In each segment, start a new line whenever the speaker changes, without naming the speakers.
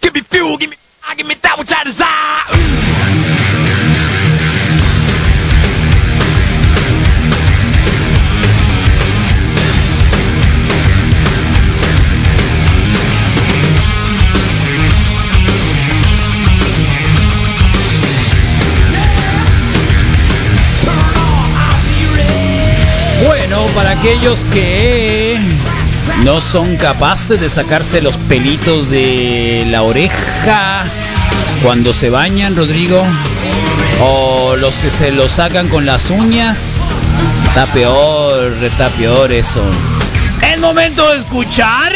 give me fuel, give me, I give me that which I desire. Ooh.
Bueno, para aquellos que no son capaces de sacarse los pelitos de la oreja cuando se bañan, Rodrigo, o los que se los sacan con las uñas, está peor, está peor eso. Es momento de escuchar.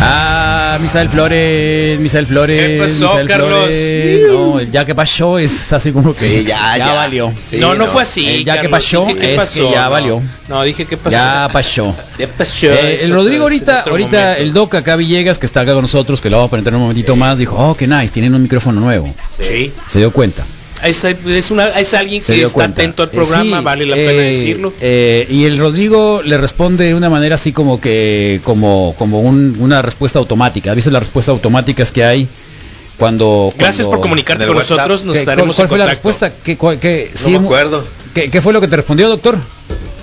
Ah, Misael Flores, Misael Flores.
¿Qué pasó,
Misael
Carlos?
Flores. No, el ya que pasó es así como que
Sí, ya, ya.
valió.
Sí,
no, no,
no.
fue así.
El ya que
Carlos.
pasó
Dije, ¿qué
es que ya
No.
valió.
No, dije que pasó.
Ya pasó.
Ya pasó.
Eh,
eso
el Rodrigo
fue en
ahorita,
otro
ahorita
momento.
el Doc acá Villegas, que está acá con nosotros, que lo vamos a presentar en un momentito más, dijo, oh, qué nice, tienen un micrófono nuevo.
Sí.
Se dio cuenta.
Es, es una, es alguien
Se
que
dio
está
cuenta.
atento al
Eh,
programa,
sí,
vale la
eh,
pena decirlo.
eh, y el Rodrigo le responde de una manera así como que, como, como un- una respuesta automática. ¿Has visto las respuestas automáticas que hay cuando...
Gracias
cuando-
por comunicarte
en
con
el WhatsApp,
nosotros, nos
¿Qué- Eh, ¿Cuál,
estaremos
cuál
en
fue la
contacto.
respuesta? ¿Qué, cuál- qué- sí,
No me acuerdo.
¿qué, qué fue lo que te respondió, doctor?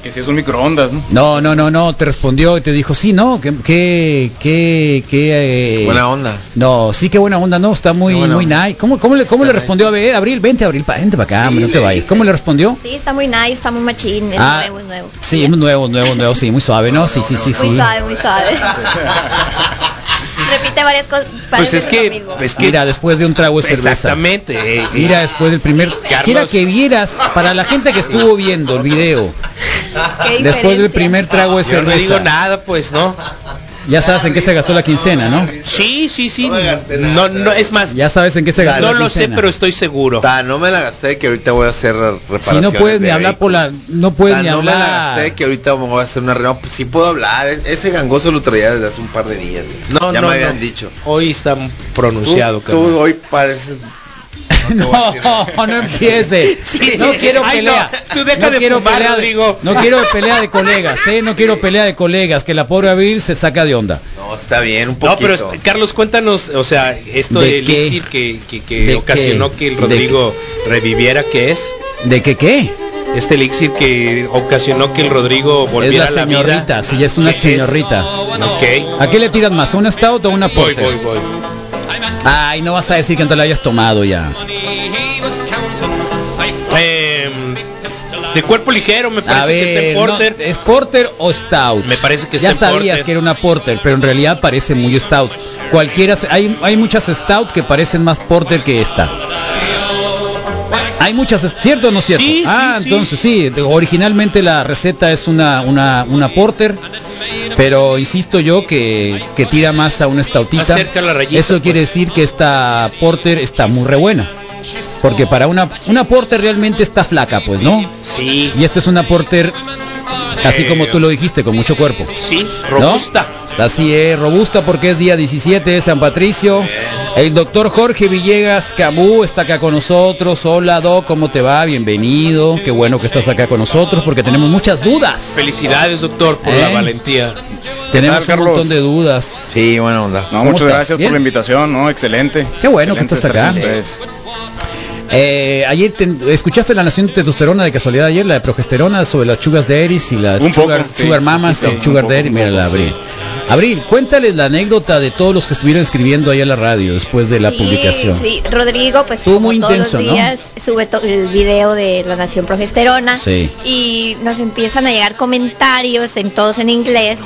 Que si es un microondas, ¿no?
No, no, no, no, te respondió y te dijo, sí, no, que, que, que, que, eh,
Buena onda.
No, sí, qué buena onda, no, está muy,
Qué buena
muy
onda.
nice. ¿Cómo, cómo le, cómo le
Está
respondió a ver, Abril? Vente, Abril, pa, vente para acá, hombre, no te vayas. ¿Cómo le respondió?
Sí, está muy nice, está muy machín, es
Ah,
nuevo, es nuevo.
Sí, es nuevo, nuevo, nuevo, sí, muy suave, ¿no? Sí, sí, sí, sí.
Muy suave, muy suave. Repite varias cosas.
Pues es que, es que
Mira, después de un trago de cerveza.
exactamente. eh, eh,
Mira, después del primer... Quisiera
Carlos.
que vieras, para la gente que estuvo viendo el video, después del primer trago de
yo no digo
cerveza,
nada, pues, ¿no?
ya sabes en qué se gastó la quincena, ¿no?
Sí, sí, sí.
No me gasté nada,
No,
pero-
no, es más,
Ya sabes en qué se gastó
no
la
lo sé,
quincena.
pero estoy seguro.
Ta, no me la gasté que ahorita voy a hacer reparaciones.
Si no puedes
de
ni hablar por la... No puedes
Ta,
ni
no me la
hablar.
gasté que ahorita voy a hacer una reunión. Pues sí puedo hablar. es- Ese gangoso lo traía desde hace un par de días. güey.
No,
ya
no,
me habían
no.
dicho.
Hoy está
Tú-
pronunciado,
tú,
Carlos.
hoy pareces. te voy a decir nada.
No, no empiece.
Sí.
No quiero
Ay, no,
pelea.
tú deja de fumar,
pelea
Rodrigo.
No quiero pelea de colegas, ¿eh? No quiero pelea de colegas. Que la pobre Abril se saca de onda.
No, está bien, un
No,
poquito.
pero es- Carlos, cuéntanos, o sea, esto
¿De
del
qué?
elixir que, que, que
¿De
ocasionó
qué?
que el
¿De
Rodrigo reviviera, ¿qué es?
¿De qué qué?
Este elixir que ocasionó que el Rodrigo
Es
volviera
la
a la vida.
señorita, sí, es una
¿Qué es?
señorita.
Ok.
¿A qué le tiran más? ¿A una stout o a una
Voy,
porter?
voy, voy.
Ay, no vas a decir que no te la hayas tomado ya.
Eh, de cuerpo ligero, me parece
A ver,
que está en
no,
porter.
¿es porter o stout?
Me parece que está
ya
en
sabías
porter.
que era una porter, pero en realidad parece muy stout. Cualquiera, se- hay, hay muchas stout que parecen más porter que esta. Hay muchas, ¿cierto o no cierto?
Sí, sí,
ah,
sí.
entonces sí, de- originalmente la receta es una, una, una porter, pero insisto yo que, que tira más a una stautita.
Acerca la rayita,
Eso quiere
pues.
decir que esta porter está muy re buena. Porque para una, una porter realmente está flaca, pues, ¿no?
Sí,
Y este es una porter, así
Eh,
como tú lo dijiste, con mucho cuerpo. ¿no?
sí, robusta.
Así es, robusta porque es día 17 de San Patricio. El doctor Jorge Villegas Camú está acá con nosotros. Hola Doc, ¿cómo te va? Bienvenido. Qué bueno que estás acá con nosotros porque tenemos muchas dudas.
Felicidades, doctor, por la
¿Eh?
valentía.
Tenemos
¿Qué
un
tal,
montón
Carlos?
de dudas.
Sí, buena onda.
¿Cómo
No, muchas
estás?
gracias
Bien.
por la invitación, ¿no? Excelente.
Qué bueno que
Excelente
estás
estar
acá.
con ustedes.
Eh, ayer te- escuchaste la nación de testosterona de casualidad ayer, la de progesterona sobre las chugas de Eris y las
Un poco,
sugar,
sí,
sugar mamas
poquito,
y sugar
un poco,
de Eris.
un
Mira
poco,
la
sí.
Abril. Abril, cuéntales la anécdota de todos los que estuvieron escribiendo ahí a la radio después de la publicación.
Sí, Rodrigo, pues
Estuvo
como
muy
todos
intenso,
los
¿no?
días sube to- el video de la Nación Progesterona
Sí.
y nos empiezan a llegar comentarios en todos en inglés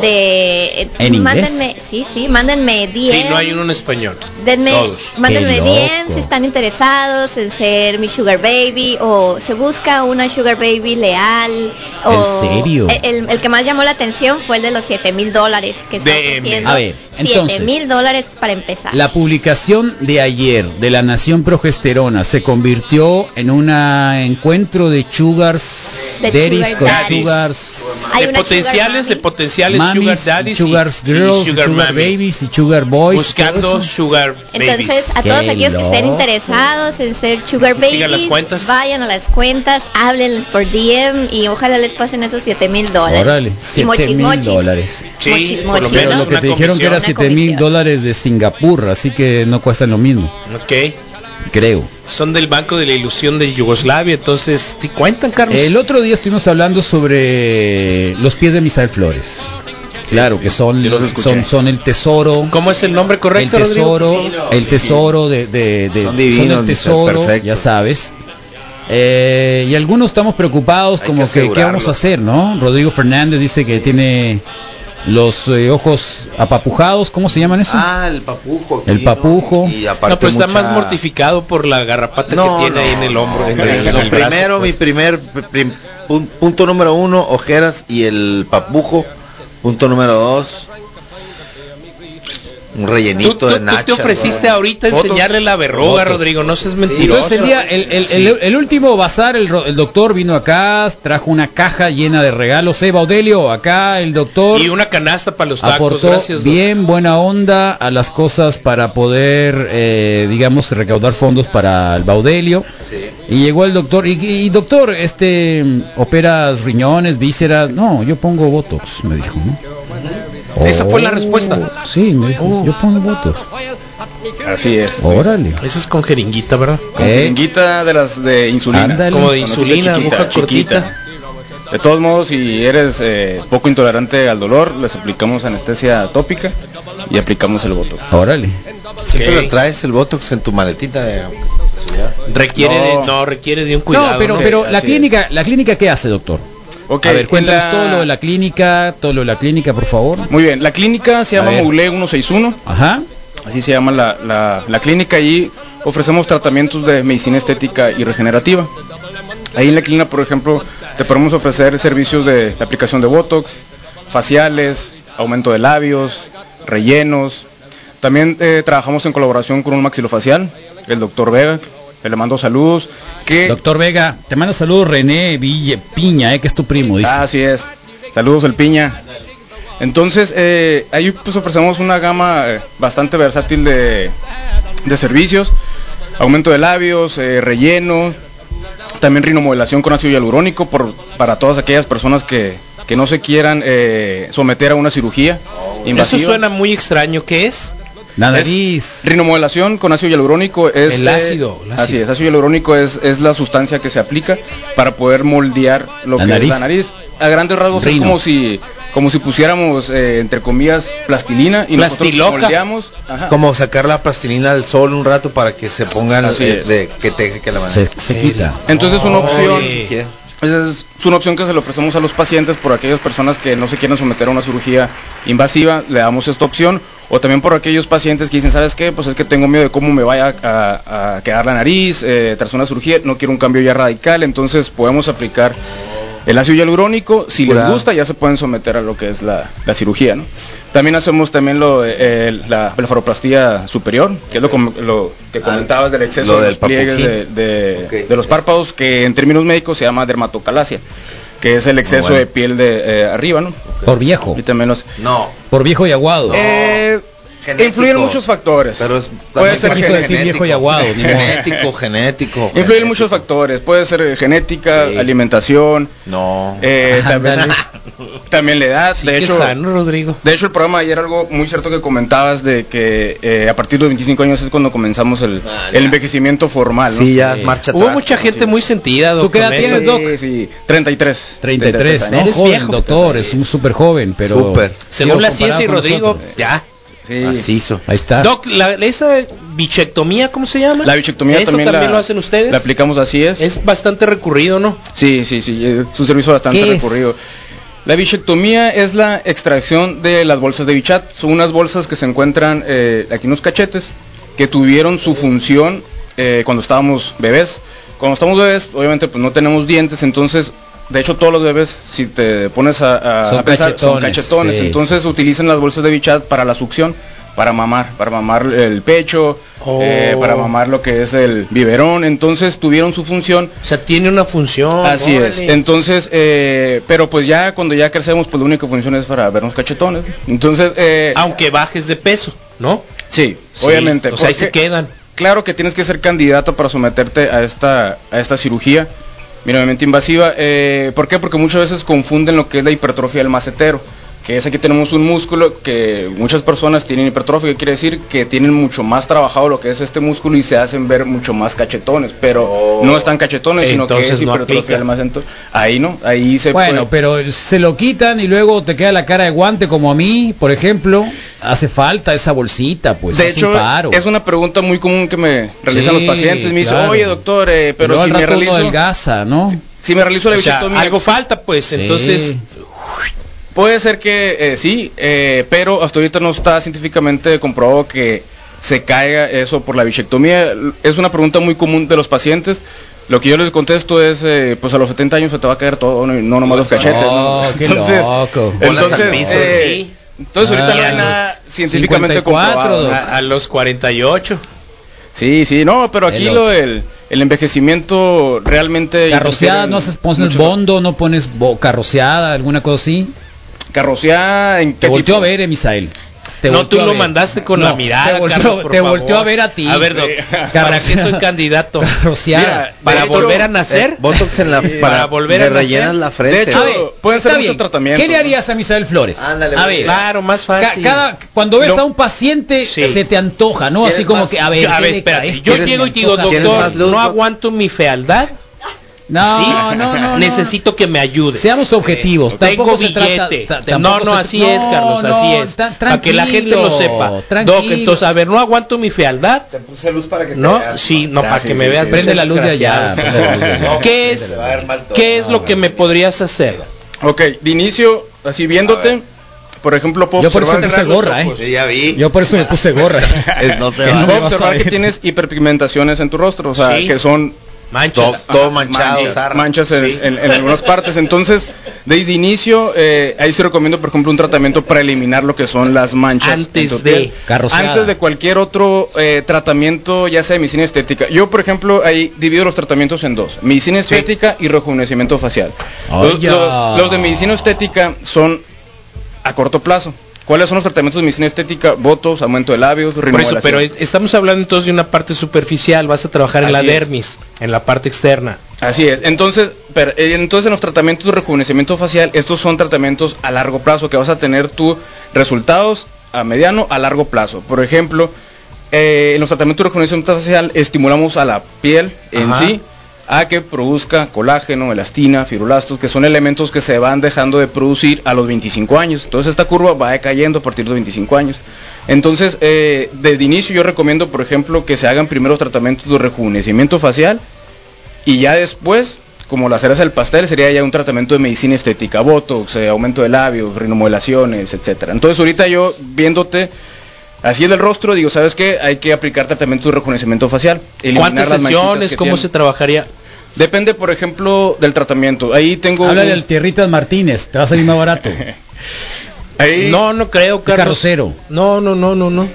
de eh,
¿En inglés?
mándenme, sí, sí, mándenme 10
Sí, no hay uno en español.
Denme,
Todos.
Qué
mándenme
loco.
bien si están interesados en ser mi sugar baby o se busca una sugar baby leal. O
¿En serio?
El, el- el que más llamó la atención fue el de los 7 mil dólares que está
DM.
A ver, entonces,
7 mil dólares para empezar.
La publicación de ayer de la nación progesterona se convirtió en un encuentro de sugars
De
de Eris
sugar
con
daddies.
sugars
Hay
de
una sugar
potenciales, de
mommy.
potenciales
Mamis,
sugar daddies, y-
sugar
y
girls,
sugar,
sugar,
mommy.
babies y sugar boys. todo
buscando
eso.
sugar babies.
Entonces, a todos
Qué
aquellos que estén
loco.
interesados en ser sugar babies,
Sigan las cuentas.
vayan a las cuentas, háblenles por DM y ojalá les pasen esos 7 mil dólares.
Órale,
Y
7
mochis,
mil
mochis.
dólares.
Sí,
Mochis,
por lo
mochis,
Pero
menos
¿no?
lo que
una
te dijeron que era
comisión.
7 mil
Una comisión.
dólares de Singapur, así que no cuestan lo mismo,
Ok.
creo.
Son del Banco de la Ilusión de Yugoslavia, entonces sí cuentan, Carlos.
El otro día estuvimos hablando sobre los pies de Misael Flores. Claro, que son,
sí los escuché.
son, son el tesoro.
¿Cómo es el nombre correcto,
el
Rodrigo?
tesoro,
Divino,
el tesoro de, de- de-
Son
son,
divinos,
el
mis ser
tesoro,
perfectos.
ya sabes. Eh, y algunos estamos preocupados
Hay
como
que
que, qué vamos
asegurarlo.
a hacer, ¿no? Rodrigo Fernández dice que tiene los eh, ojos apapujados, ¿cómo se llaman eso?
Ah, el papujo. aquí,
El
¿no?
papujo.
Y aparte
No, pues está
mucha-
más mortificado por la garrapata
No,
que tiene
no,
ahí en el hombro.
no,
en
no,
el- en
no.
el brazo,
primero,
pues.
mi primer prim- pun- punto número uno, ojeras y el papujo. Punto número dos, un rellenito
Tú, tú-
de
tú
nachas.
te ofreciste
¿no?
ahorita
Fotos.
enseñarle la verruga,
Fotos.
Rodrigo, no seas mentiroso.
Entonces el día, el, el- el- el último bazar, el, ro- el doctor vino acá, trajo una caja llena de regalos. Eva Odelio, acá el doctor
Y una canasta para los tacos,
aportó
gracias. doc.
bien buena onda a las cosas para poder, eh, digamos, recaudar fondos para el Baudelio.
Sí.
Y llegó el doctor, y, y, doctor, este, operas riñones, vísceras, no, yo pongo Botox, me dijo, ¿no? Oh,
Esa fue la respuesta.
Sí, me dijo, yo pongo Botox.
Así es.
Órale.
Eso es con jeringuita, ¿verdad?
Con
Oh, Eh.
jeringuita de las de insulina.
Ándale.
Como de
Con notita
insulina, aguja
De todos modos, si eres eh, poco intolerante al dolor, les aplicamos anestesia tópica y aplicamos el botox.
Eh, Órale.
Siempre
Ok. Ah.
lo traes el botox en tu maletita de seguridad.
Requiere
No.
de no requiere de un cuidado.
No, pero,
¿no?
pero
Sí,
la
así
clínica, la clínica, ¿qué hace, doctor?
Ok,
a ver, cuéntanos
la-
todo lo de la clínica, todo lo de la clínica, por favor.
Muy bien, la clínica se
A
llama
ver.
Moule 161.
Ajá.
Así se llama la, la- la clínica y ofrecemos tratamientos de medicina estética y regenerativa. Ahí en la clínica, por ejemplo, te podemos ofrecer servicios de la aplicación de Botox, faciales, aumento de labios, rellenos. También eh, trabajamos en colaboración con un maxilofacial, el doctor Vega, que le mando saludos. Que,
Doctor Vega, te manda saludos René Ville Piña, eh, que es tu primo, dice.
Ah, Así es. Saludos el piña. Entonces, eh, ahí pues ofrecemos una gama eh, bastante versátil de, de servicios. Aumento de labios, eh, relleno, también rinomodelación con ácido hialurónico por, para todas aquellas personas que, que no se quieran eh, someter a una cirugía
Eso
invasiva.
suena muy extraño, ¿qué es?
La nariz.
Rinomodelación con ácido hialurónico es... eh,
El ácido, el ácido.
Así es, ácido hialurónico es, es la sustancia que se aplica para poder moldear lo
La
que
nariz.
es la nariz. A grandes rasgos es
Rino.
como si, como si pusiéramos, eh, entre comillas, plastilina y
Plastiloca.
nosotros moldeamos.
Es
Ajá.
como sacar la plastilina al sol un rato para que se pongan
Así
eh,
es.
de que te que la mano.
Se, se quita.
Entonces una opción...
Oye.
Esa es es una opción que se le ofrecemos a los pacientes por aquellas personas que no se quieren someter a una cirugía invasiva, le damos esta opción. O también por aquellos pacientes que dicen, ¿sabes qué? Pues es que tengo miedo de cómo me vaya a, a quedar la nariz eh, tras una cirugía, no quiero un cambio ya radical, entonces podemos aplicar el ácido hialurónico. Si
Curado.
les gusta, ya se pueden someter a lo que es la, la cirugía, ¿no? También hacemos también lo, de- el- la blefaroplastía superior, que es lo, com- lo que
Ah,
comentabas del exceso
lo
de
del
los pliegues
papujín.
de- de-
Ok.
de los párpados, que en términos médicos se llama dermatocalacia, que es el exceso
bueno.
de piel de eh, arriba, ¿no?
Por
Oh.
viejo.
Y también los...
No.
Por viejo y aguado.
Eh,
Genético.
influyen muchos factores.
Pero es
Puede ser
quiso
genético.
decir viejo y aguado, ni modo.
Genético, genético.
Influyen
genético.
muchos factores. Puede ser eh, genética,
Sí.
alimentación,
No.
eh, también,
Ándale.
también la edad.
Sí,
de
qué
hecho,
sano, Rodrigo.
de hecho, el programa de ayer algo muy cierto que comentabas de que eh, a partir de los 25 años es cuando comenzamos el,
Ah,
el
ya.
envejecimiento formal. ¿no?
sí, ya marcha
Hubo
atrás.
mucha gente muy sentida, doc,
¿Tú qué
con
edad
eso.
tienes, doc?
Sí, sí, 33.
33, ¿no?
años.
Eres
Joven,
viejo.
doctor, es un súper joven, pero...
Súper.
Según la
comparado
ciencia y
con
Rodrigo,
nosotros. Ah.
ya.
Sí.
Macizo.
Ahí está.
Doc, la- esa bichectomía, ¿cómo se llama?
La bichectomía
¿Eso también,
la-
lo hacen ustedes?
La aplicamos así es.
es bastante recurrido, ¿no?
Sí, sí, sí, eh, es un servicio bastante
¿Qué es?
recurrido. La bichectomía es la extracción de las bolsas de bichat. Son unas bolsas que se encuentran eh, aquí en los cachetes, que tuvieron su función eh, cuando estábamos bebés. Cuando estamos bebés, obviamente, pues no tenemos dientes, entonces, de hecho, todos los bebés, si te pones a, a-
Son
a pensar, son
cachetones,
cachetones.
sí,
entonces, utilizan las bolsas de bichat para la succión. para mamar, para mamar el pecho,
Oh.
eh, para mamar lo que es el biberón. Entonces tuvieron su función.
O sea, tiene una función.
Así es.
órale.
Entonces, eh, pero pues ya cuando ya crecemos, pues la única función es para vernos cachetones. Entonces, eh,
Aunque bajes de peso, ¿no?
sí,
Ah, Sí,
obviamente.
O sea, ahí se
porque-
quedan.
Claro que tienes que ser candidato para someterte a esta, a esta cirugía mínimamente invasiva. Eh, ¿Por qué? Porque muchas veces confunden lo que es la hipertrofia del macetero. Que es aquí tenemos un músculo que muchas personas tienen hipertrofia, que quiere decir que tienen mucho más trabajado lo que es este músculo y se hacen ver mucho más cachetones, pero no están cachetones, sino que es
Entonces no
hipertrofia
aplica.
del macetero. Ahí no, ahí se
Bueno,
puede-
pero se lo quitan y luego te queda la cara de guante como a mí, por ejemplo. Hace falta esa bolsita, pues.
De
haz un
hecho,
paro.
es una pregunta muy común que me realizan
Sí,
los pacientes. Me dicen,
claro.
oye doctor, eh,
Y luego
pero si
al
me,
rato uno
realizo,
adelgaza, ¿no?
si me realizo la
O sea,
vasectomía,
algo falta, pues. Entonces,
Puede ser que eh, sí, eh, pero hasta ahorita no está científicamente comprobado que se caiga eso por la bichectomía. Es una pregunta muy común de los pacientes. Lo que yo les contesto es, eh, pues a los 70 años se te va a caer todo, no, no nomás los cachetes. ¿no?
Oh, qué loco.
Bolas
Entonces,
al
pues,
piso,
eh, entonces ahorita
Ah,
no hay nada científicamente
54,
comprobado. Ah,
doc.
a, a los 48.
Sí, sí, no, pero aquí
Qué
lo
loco.
del el envejecimiento realmente...
Carroceada, no haces, pones
muchos-
bondo, no pones bo- carroceada, alguna cosa así.
Carroceada, ¿en qué
Te volteó
tipo?
a ver, eh, Misael. Te
no, tú
volteó a
lo
ver.
mandaste con
No,
la mirada,
Te volteó,
Carlos, por
te
favor.
volteó a ver a ti. eh,
A ver, doc, ¿para qué soy candidato?
Carroceada.
¿Para
De hecho,
eh,
volver a nacer?
Eh, Botox en la para,
volver
te
a nacer.
rellenas la frente. Ah,
De hecho, pueden ser
Está
muchos
bien.
tratamientos,
¿Qué le
¿no?
harías a Misael Flores?
Ándale,
a
buena
ver,
idea.
Claro, más
ca-
fácil.
cada, cuando ves
Lo-
a un paciente
Sí.
se te antoja, ¿no? Así
¿Quieres
como
más?
que, a ver,
a ver,
¿qué le- a
espérate,
esto
yo
se
llego y
me
te digo,
antoja?
¿Quieres
doctor,
más luz,
no
doc?
aguanto mi fealdad,
No,
¿sí?
no, no, no, no.
necesito que me ayude.
Seamos objetivos.
Tengo
tampoco se trata-
billete.
ta- tampoco
no, no,
se-
así
No,
es, Carlos,
no,
así es.
tan-
Para que la gente lo sepa.
tranquilo,
Doc,
tranquilo.
entonces, a ver, no aguanto mi fealdad.
Te puse luz para que te
No,
veas
sí,
mal.
no, para
Ah, sí,
que me
sí,
veas.
sí,
Prende
bien
la luz de
desgraciado.
allá. prende la luz de allá.
¿Qué
Se
es,
va a ver mal todo.
qué es
No,
lo que
no,
me
sí.
podrías hacer?
Ok, de inicio, así viéndote, por ejemplo, puedo
Yo por eso
observar,
me puse gorra, ¿eh?
Sí, ya vi.
Yo por eso me puse gorra.
Es- no se
Que
va.
no-
puedo
me vas a
observar
ver.
que tienes hiperpigmentaciones en tu rostro, o sea,
Sí.
que son
Todo,
Manchas.
todo manchado, zarra.
manchas en, en- en algunas partes. Entonces, desde inicio, eh, ahí se recomiendo, por ejemplo, un tratamiento para eliminar lo que son las manchas. en
Antes
tu
de-
piel.
Carroceada.
Antes de cualquier otro eh, tratamiento, ya sea de medicina estética. Yo, por ejemplo, ahí divido los tratamientos en dos. Medicina estética y rejuvenecimiento facial. Los,
Oye.
los- los de medicina estética son a corto plazo. ¿Cuáles son los tratamientos de medicina estética? Botox, aumento de labios,
Por eso,
remodelación.
pero es- estamos hablando entonces de una parte superficial, vas a trabajar en
Así
la
es.
dermis, en la parte externa.
Así es. Entonces, pero, eh, entonces en los tratamientos de rejuvenecimiento facial, estos son tratamientos a largo plazo que vas a tener tus resultados a mediano a largo plazo. Por ejemplo, eh, en los tratamientos de rejuvenecimiento facial estimulamos a la piel en
Ajá.
sí a que produzca colágeno, elastina, fibroblastos, que son elementos que se van dejando de producir a los 25 años. Entonces esta curva va decayendo a partir de 25 años. Entonces, eh, desde inicio yo recomiendo, por ejemplo, que se hagan primero tratamientos de rejuvenecimiento facial y ya después, como las ceras del pastel, sería ya un tratamiento de medicina estética, botox, eh, aumento de labios, rinomodelaciones, etcétera. Entonces ahorita yo viéndote así en el rostro, digo, ¿sabes qué? Hay que aplicar tratamiento de reconocimiento facial. eliminar
¿Cuántas
las manchitas
sesiones?
que
¿Cómo
tiene.
se trabajaría?
Depende, por ejemplo, del tratamiento. Ahí tengo...
Háblale
un-
al Tierritas Martínez, te va a salir más barato.
ahí-
No, no creo,
Qué
Carlos.
carrocero.
No, no, no, no, no.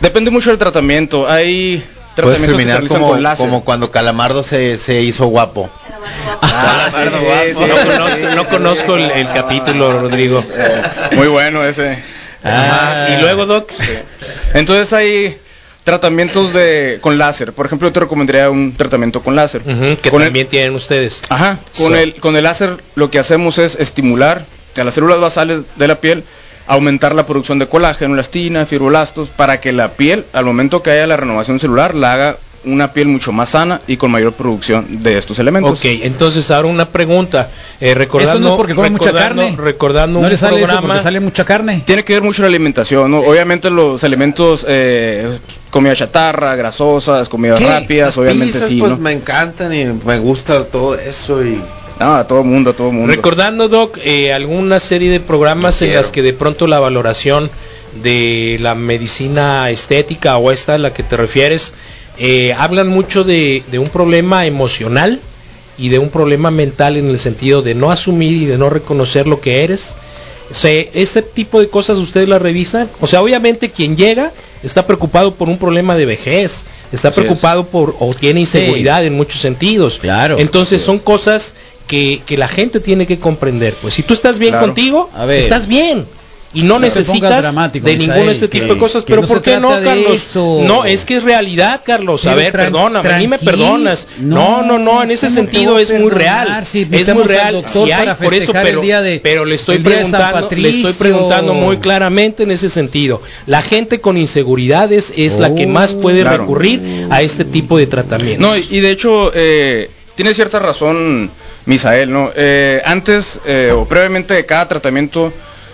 Depende mucho del tratamiento. Hay
Puedes
tratamientos que se
terminar
realizan
como,
con láser.
como cuando Calamardo se, se hizo guapo.
Ah, sí, sí, sí,
no
sí,
conozco,
sí,
no
sí.
conozco el, el capítulo, Rodrigo.
Muy bueno ese.
Ah.
Ajá, Y luego, Doc,
Entonces hay tratamientos de con láser. Por ejemplo, yo te recomendaría un tratamiento con láser.
Ujú, que
Con el-
también tienen ustedes.
Ah,
Ajá, con
So-
el con el láser lo que hacemos es estimular a las células basales de la piel, aumentar la producción de colágeno, elastina, fibroblastos para que la piel al momento que haya la renovación celular la haga una piel mucho más sana y con mayor producción de estos elementos.
Ok, entonces ahora una pregunta. Eh, recordando,
Eso no es porque come mucha
recordando-
carne.
Recordando
no
un
le sale eso
programa.
porque sale mucha carne.
Tiene que ver mucho la alimentación, ¿no? Obviamente los alimentos eh, comida chatarra, grasosas, comidas
¿Qué?
rápidas,
Las
obviamente
pizzas,
sí,
pues
¿no?
me encantan y me gusta todo eso y
No, a Ah, todo mundo, a todo mundo.
Recordando, Doc, eh, alguna serie de programas
Yo
en
quiero.
las que de pronto la valoración de la medicina estética o esta a la que te refieres, eh, hablan mucho de, de un problema emocional y de un problema mental en el sentido de no asumir y de no reconocer lo que eres Se- ¿Ese tipo de cosas ustedes las revisan? O sea, obviamente quien llega está preocupado por un problema de vejez, está
Así es.
preocupado por o tiene inseguridad en muchos sentidos.
Claro.
Entonces son cosas que, que la gente tiene que comprender. Pues si tú estás bien
Claro.
contigo,
A ver.
estás bien. Y no
No te pongas
necesitas
dramático,
de
Misael,
ninguno de este
que-
tipo de cosas.
que
Pero
no se
¿por qué no,
trata de
Carlos?
eso.
No, es que es realidad, Carlos. a
Pero
ver,
tran-
perdóname, ni me
tranqui-
perdonas. No, no, no, en ese
¿cómo
sentido
te
es muy
voy a
real.
perdonar si
es muy
invitamos al
real.
doctor
sí hay,
para
por eso,
festejar el
pero,
día de-
pero le estoy
el día de San
preguntando, le estoy
Patricio.
preguntando muy claramente en ese sentido. La gente con inseguridades es la
Oh,
que más puede
Claro.
recurrir a este tipo de tratamientos.
No, y y de hecho, eh, tiene cierta razón Misael, ¿no? Eh, antes eh, o previamente de cada tratamiento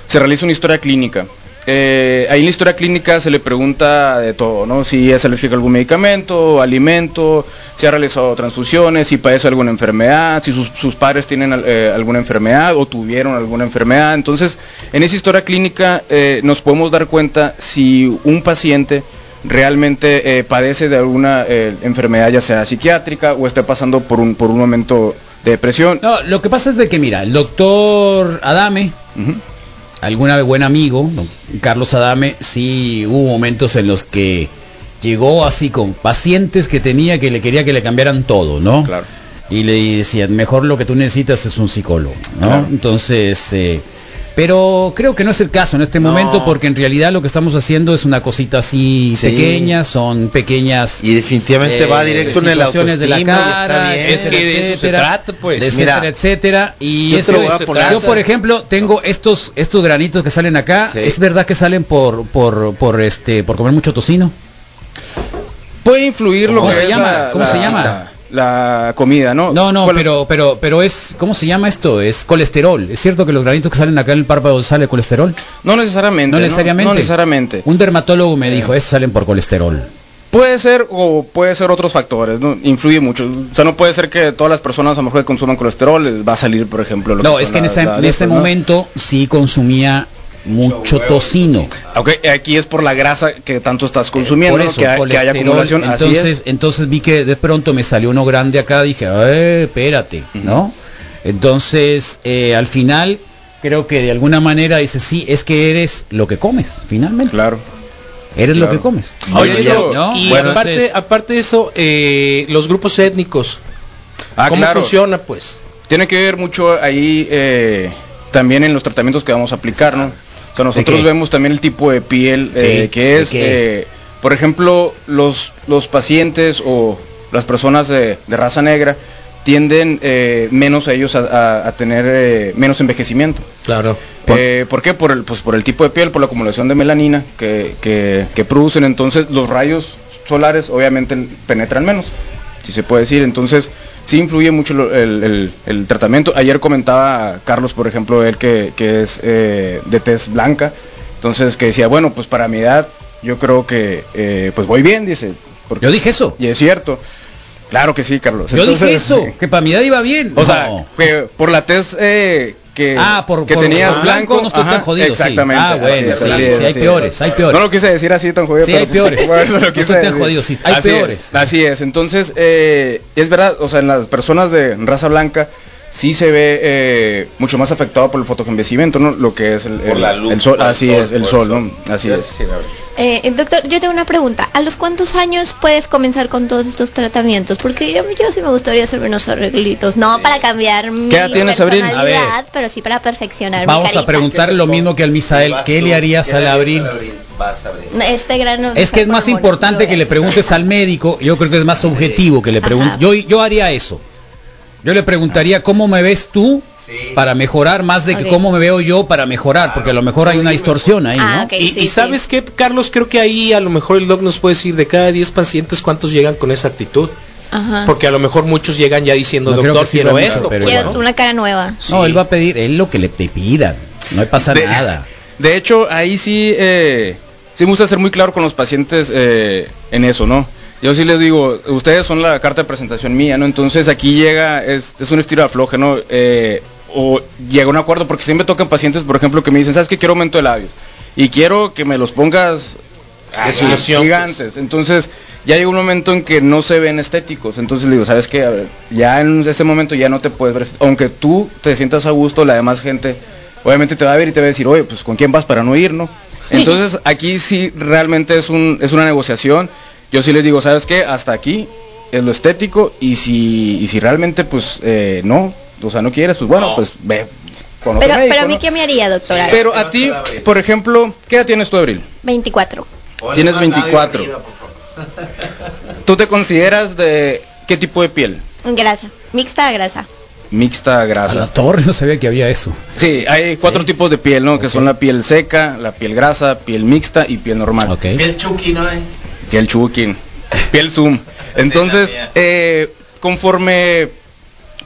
se realiza una historia clínica. Eh, ahí en la historia clínica se le pregunta de todo, ¿no? Si ya se le fija algún medicamento, alimento, si ha realizado transfusiones, si padece alguna enfermedad, si sus, sus padres tienen al- eh, alguna enfermedad o tuvieron alguna enfermedad. Entonces, en esa historia clínica eh, nos podemos dar cuenta si un paciente realmente eh, padece de alguna eh, enfermedad, ya sea psiquiátrica o esté pasando por un, por un momento de depresión.
No, lo que pasa es de que, mira, el doctor Adame,
Ujú.
alguna vez buen amigo, don Carlos Adame, sí hubo momentos en los que llegó así con pacientes que tenía que le quería que le cambiaran todo, ¿no?
Claro.
Y le decían, mejor lo que tú necesitas es un psicólogo, ¿no?
Claro.
Entonces, eh, pero creo que no es el caso en este
No.
momento porque en realidad lo que estamos haciendo es una cosita así
Sí.
pequeña, son pequeñas
Y definitivamente
eh,
va directo en el
situaciones
autoestima
de la
y está
cara,
bien.
Es que de eso se trata, pues.
etcétera,
Mira,
etcétera. Y
yo te
eso
lo voy a
es-
poner.
yo, por ejemplo, tengo estos estos granitos que salen acá.
Sí.
Es verdad que salen por por por este por comer mucho tocino.
Puede influir lo
¿Cómo
que
se
es
llama?
la-
¿Cómo
la-
se llama?
La comida, ¿no?
No, no,
Bueno,
pero pero pero es ¿cómo se llama esto? Es colesterol. ¿Es cierto que los granitos que salen acá en el párpado sale colesterol?
No necesariamente.
No necesariamente.
No necesariamente.
Un dermatólogo me dijo, "Esos salen por colesterol."
Puede ser o puede ser otros factores, ¿no? Influye mucho. O sea, no puede ser que todas las personas a lo mejor que consuman colesterol les va a salir, por ejemplo, lo
No,
son
es que en
las-
ese,
las-
en ese
¿no?
momento sí consumía mucho tocino.
Ok, aquí es por la grasa que tanto estás consumiendo,
Eh, Por
¿no?
eso,
que, ha- que haya
colesterol.
acumulación. así es.
Entonces, entonces vi que de pronto me salió uno grande acá, dije, "Eh, espérate, ¿no? Entonces, eh, al final, creo que de alguna manera dice, sí, es que eres lo que comes, finalmente.
Claro.
Eres lo
claro.
que comes.
Oye,
Bueno,
eso-
ya, ¿no?
Y
Bueno,
aparte,
entonces-
aparte de eso, eh, los grupos étnicos,
Ah,
¿cómo
claro.
funciona pues?
Tiene que ver mucho ahí eh, también en los tratamientos que vamos a aplicar, ¿no? O sea,
¿De
nosotros
qué?
vemos también el tipo de piel
Sí,
eh,
¿de
que es,
qué?
eh, por ejemplo, los, los pacientes o las personas de, de raza negra tienden eh, menos a ellos a, a- a tener eh, menos envejecimiento.
Claro.
Por-
Eh, ¿Por qué? Por el, pues, por el tipo de piel, por la acumulación de melanina que, que- que producen. Entonces, los rayos solares obviamente penetran menos, si se puede decir. Entonces, sí influye mucho lo- el, el- el tratamiento. Ayer comentaba Carlos, por ejemplo, él que, que es eh, de tez blanca. Entonces, que decía, bueno, pues para mi edad, yo creo que eh, pues voy bien, dice. Porque,
yo dije eso.
y es cierto. Claro que sí, Carlos.
yo dije
Entonces, eh,
eso, que para mi edad iba bien.
o sea,
No.
que por la tez eh, que,
Ah, por-
que
por-
tenías
por blanco
blanco,
no estoy tan jodido, sí.
Exactamente.
Ah, bueno,
Así es,
sí,
así
sí,
es,
hay
así es.
peores, hay peores.
No lo quise decir así tan jodido.
Sí,
pero- pues,
hay peores.
bueno, eso lo
No
quise
estoy tan
decir.
jodido, sí, hay
Así es,
peores.
así es. Entonces, eh, es verdad, o sea, en las personas de raza blanca sí se ve eh, mucho más afectado por el fotoenvejecimiento, ¿no? Lo que es el,
Por
el-
la luz,
el sol.
por el
Así
sol,
es, el
por
sol,
el
¿no? Así
Ya,
es.
sí, la verdad.
Eh, eh, doctor, yo tengo una pregunta. ¿A los cuántos años puedes comenzar con todos estos tratamientos? Porque yo, yo sí me gustaría hacerme unos arreglitos. No para cambiar mi
¿Qué edad tienes, Abril?
personalidad,
A ver.
pero sí para perfeccionar mi
Vamos a
carita.
preguntar lo mismo que al Misael,
Vas
¿qué
tú,
le harías al Abril?
Vas a abrir.
Este grano
Es que es más
hormona,
importante
lo
que le
verás.
preguntes al médico, yo creo que es más objetivo que le
Ajá.
preguntes. Yo, yo haría eso. Yo le preguntaría cómo me ves tú
Sí.
para mejorar, más de que
Ok.
cómo me veo yo para mejorar, porque a lo mejor hay una distorsión ahí,
Ah,
¿no?
ok,
y,
sí,
y
sí.
sabes qué, Carlos, creo que ahí a lo mejor el doc nos puede decir de cada 10 pacientes cuántos llegan con esa actitud.
Ajá.
Porque a lo mejor muchos llegan ya diciendo,
No creo
doctor,
que sirva
quiero
mucho,
esto.
pero
pues,
Quiero
bueno.
¿no?
una cara nueva.
No, él va a pedir, él lo que le te pidan, no le pasa
De-
nada.
De hecho, ahí sí, eh, sí me gusta ser muy claro con los pacientes eh, en eso, ¿no? Yo sí les digo, ustedes son la carta de presentación mía, ¿no? Entonces aquí llega, es, es un estilo de afloje, ¿no? Eh, o llega un acuerdo, porque siempre tocan pacientes, por ejemplo, que me dicen, ¿sabes qué? Quiero aumento de labios. Y quiero que me los pongas así,
solución,
gigantes. Entonces, ya llega un momento en que no se ven estéticos. Entonces le digo, ¿sabes qué? A ver, ya en ese momento ya no te puedes ver. est- Aunque tú te sientas a gusto, la demás gente obviamente te va a ver y te va a decir, oye, pues con quién vas para no ir, ¿no? Entonces aquí sí realmente es, un, es una negociación. Yo sí les digo, ¿sabes qué? Hasta aquí es lo estético y si, y si realmente pues eh, no, o sea, no quieres, pues bueno, pues ve con otro
Pero,
médico,
pero a mí,
¿no?
¿qué me haría, doctora?
Pero a ti, por ejemplo, ¿qué edad tienes tú, Abril?
24.
Tienes 24. ¿Tú te consideras de qué tipo de piel?
Grasa. Mixta a grasa.
Mixta,
A la
grasa.
torre no sabía que había eso.
Sí, hay cuatro tipos de piel, ¿no? Que son la piel seca, la piel grasa, piel mixta y piel normal.
Ok.
El Chucky, ¿no? eh?
Piel chukin, piel zoom. Entonces, eh, conforme,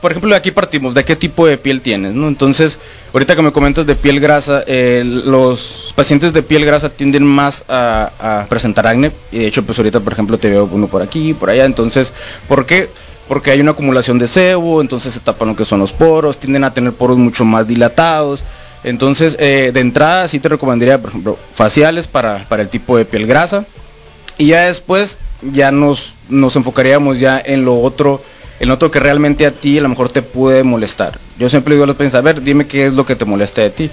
por ejemplo, de aquí partimos, de qué tipo de piel tienes, ¿no? Entonces, ahorita que me comentas de piel grasa, eh, los pacientes de piel grasa tienden más a, a presentar acné. Y de hecho, pues ahorita, por ejemplo, te veo uno por aquí, por allá. Entonces, ¿por qué? Porque hay una acumulación de sebo, entonces se tapan lo que son los poros, tienden a tener poros mucho más dilatados. Entonces, eh, de entrada sí te recomendaría, por ejemplo, faciales para, para el tipo de piel grasa. Y ya después ya nos, nos enfocaríamos ya en lo otro, en lo otro que realmente a ti a lo mejor te puede molestar. Yo siempre digo a los pacientes, a ver, dime qué es lo que te molesta de ti.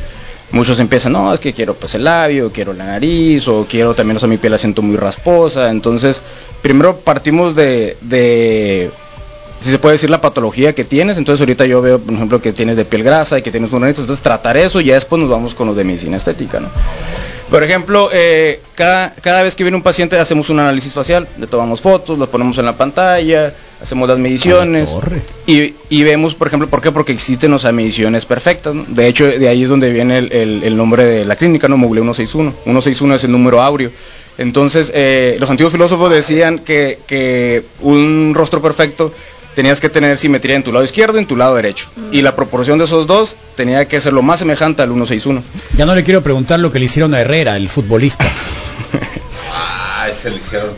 Muchos empiezan, no, es que quiero pues el labio, quiero la nariz, o quiero también, o sea, mi piel la siento muy rasposa. Entonces, primero partimos de, de, si se puede decir, la patología que tienes. Entonces, ahorita yo veo, por ejemplo, que tienes de piel grasa y que tienes un granito. Entonces, tratar eso y ya después nos vamos con los de medicina estética, ¿no? Por ejemplo, eh, cada, cada vez que viene un paciente hacemos un análisis facial, le tomamos fotos, las ponemos en la pantalla, hacemos las mediciones
torre.
y, y vemos, por ejemplo, ¿por qué? Porque existen, o sea, mediciones perfectas. ¿no? De hecho, de ahí es donde viene el, el- el nombre de la clínica, ¿no? Mogle 161. 161 es el número áureo. Entonces, eh, los antiguos filósofos decían que, que un rostro perfecto tenías que tener simetría en tu lado izquierdo y en tu lado derecho. Y la proporción de esos dos tenía que ser lo más semejante al 161.
Ya no le quiero preguntar lo que le hicieron a Herrera, el futbolista.
Ah, ese lo hicieron.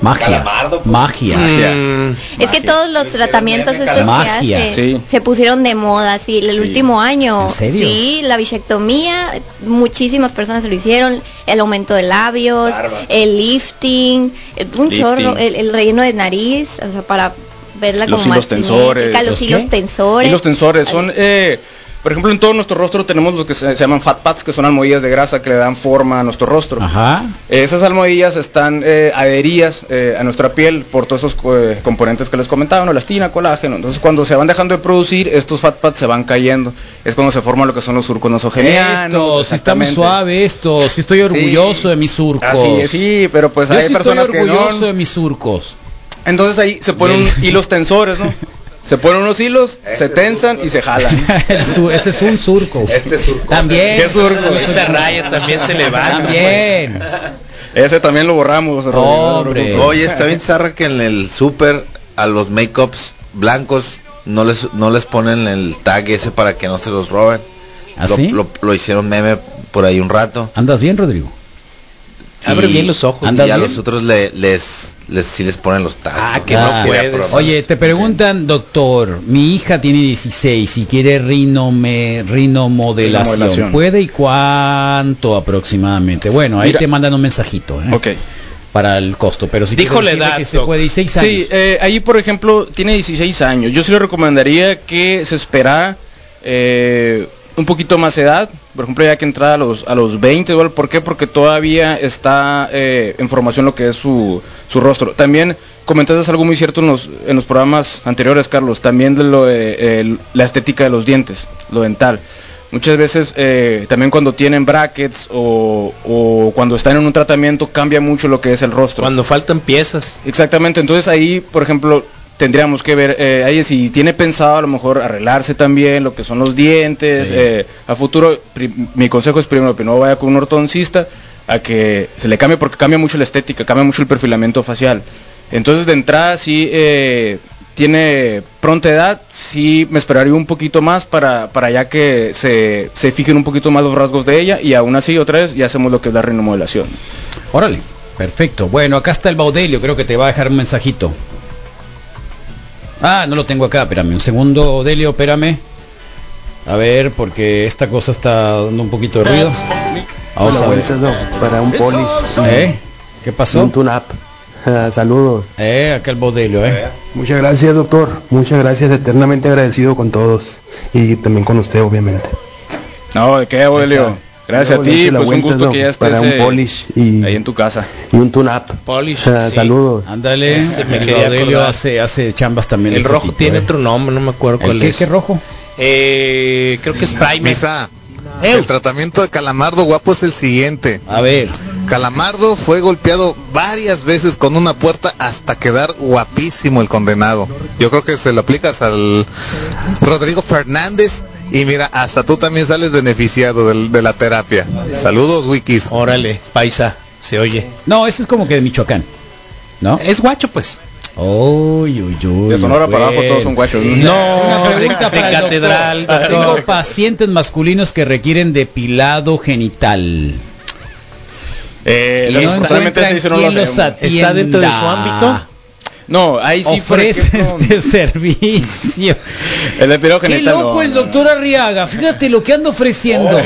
Magia.
Calamardo, pues.
Magia.
Mm,
Es que todos los tratamientos
Magia.
estos que
Magia.
hacen
Sí.
se pusieron de moda, sí, el
Sí.
último año.
¿En serio?
Sí, la bichectomía, muchísimas personas se lo hicieron, el aumento de labios,
Barba.
el lifting, eh, un
Lifting.
chorro, el, el relleno de nariz, o sea, para verla
Los
como
hilos
más
tensores.
simétrica, los
¿Los
hilos
qué?
tensores.
Y los tensores son, eh, por ejemplo, en todo nuestro rostro tenemos lo que se, se llaman fat pads, que son almohadillas de grasa que le dan forma a nuestro rostro.
Ajá.
Esas almohadillas están eh, adheridas eh, a nuestra piel por todos estos co- eh, componentes que les comentaba, ¿no? elastina, colágeno. Entonces, cuando se van dejando de producir, estos fat pads se van cayendo. Es cuando se forman lo que son los surcos nosogenianos.
Esto, si está muy
exactamente.
suave esto, si estoy orgulloso de mis surcos.
Así es, sí, pero pues
Yo
hay
sí estoy
personas que no.
orgulloso de mis surcos.
Entonces ahí se ponen
Bien.
hilos tensores, ¿no? Se ponen unos hilos,
Ese
se
es
tensan
surco.
y se jalan.
El su- ese es un surco.
Este es surco.
También.
¿Qué surco?
Esa raya también se levanta.
También.
Ese también lo borramos, Rodrigo.
Hombre.
Oye, está bien zarra que en el súper a los make-ups blancos no les, no les ponen el tag ese para que no se los roben.
¿Ah,
Lo-
sí?
Lo, lo hicieron meme por ahí un rato.
¿Andas bien, Rodrigo?
Abre
Y-
bien los ojos.
Y
¿Andas
ya
bien?
los otros le- les, les, sí les ponen los tags.
Ah,
¿no?
que
No
no
los quería
puedes.
probar.
Oye, te preguntan, doctor, mi hija tiene 16 y quiere rinome, rinomodelación.
Rinomodelación.
¿Puede y cuánto aproximadamente? Bueno, ahí
Mira.
te mandan un mensajito ¿eh?
Ok.
para el costo, pero si
Dijo
quieres
la
decirle
edad,
que se
doc.
puede 16 años.
Sí, eh, ahí por ejemplo tiene 16 años. Yo sí le recomendaría que se esperara eh, un poquito más edad. Por ejemplo, ya que entrar a los, a los 20, igual, ¿por qué? Porque todavía está eh, en formación lo que es su, su rostro. También comentaste algo muy cierto en los, en los programas anteriores, Carlos, también de lo de, eh, la estética de los dientes, lo dental. Muchas veces eh, también cuando tienen brackets o, o cuando están en un tratamiento cambia mucho lo que es el rostro.
Cuando faltan piezas.
Exactamente, entonces ahí, por ejemplo, tendríamos que ver, eh, ahí si tiene pensado a lo mejor arreglarse también lo que son los dientes,
Sí.
eh, a futuro, pri- mi consejo es primero que no vaya con un ortodoncista a que se le cambie porque cambia mucho la estética, cambia mucho el perfilamiento facial. Entonces de entrada sí eh, tiene pronta edad, sí me esperaría un poquito más para, para ya que se, se fijen un poquito más los rasgos de ella y aún así otra vez ya hacemos lo que es la renomodelación.
Órale, perfecto. Bueno, acá está el Baudelio, creo que te va a dejar un mensajito. Ah, no lo tengo acá, espérame. Un segundo, Baudelio, espérame. A ver, porque esta cosa está dando un poquito de ruido. Vamos a ver.
para un poli.
¿Eh? ¿Qué pasó?
Un tune-up. Saludos.
Eh, acá el Baudelio, eh.
Muchas gracias, doctor. Muchas gracias. Eternamente agradecido con todos. Y también con usted, obviamente.
No, ¿de qué, Aurelio?
está.
Gracias a
Luego le
ti,
echo la
pues un
vuelta,
gusto
¿no?
que ya estés
Para un
eh,
polish y-
ahí en tu casa.
Y un tune-up.
Polish,
Ah,
sí.
Saludos.
Ándale,
Ese me
el
quería
Aurelio
acordar.
hace, hace chambas
El
también. de este
rojo
tipo,
tiene
¿eh?
otro nombre, no me acuerdo cuál
¿El qué,
es.
qué rojo?
Eh, creo que es Primer.
Misa, el tratamiento de Calamardo guapo es el siguiente.
A ver,
Calamardo fue golpeado varias veces con una puerta hasta quedar guapísimo el condenado. Yo creo que se lo aplicas al Rodrigo Fernández y mira, hasta tú también sales beneficiado del- de la terapia. Saludos, Wikis.
Órale, paisa, se oye.
no, este es como que de Michoacán. ¿No?
Es guacho, pues.
Uy, uy, uy.
De Sonora para abajo
bueno.
todos son guachos.
Una
No, de,
pregunta
de
para el
catedral.
doctor. Tengo
doctor.
pacientes masculinos que requieren depilado genital.
Eh,
Y
la-
no
lamentablemente
encuentran
se dice no lo
quién los
hacemos.
atienda.
¿Está dentro de su ámbito?
No, ahí sí por
Ofrece
ejemplo,
este servicio.
El depilado
Qué
genital.
loco
no,
el
no, no.
doctor Arriaga. Fíjate lo que anda ofreciendo.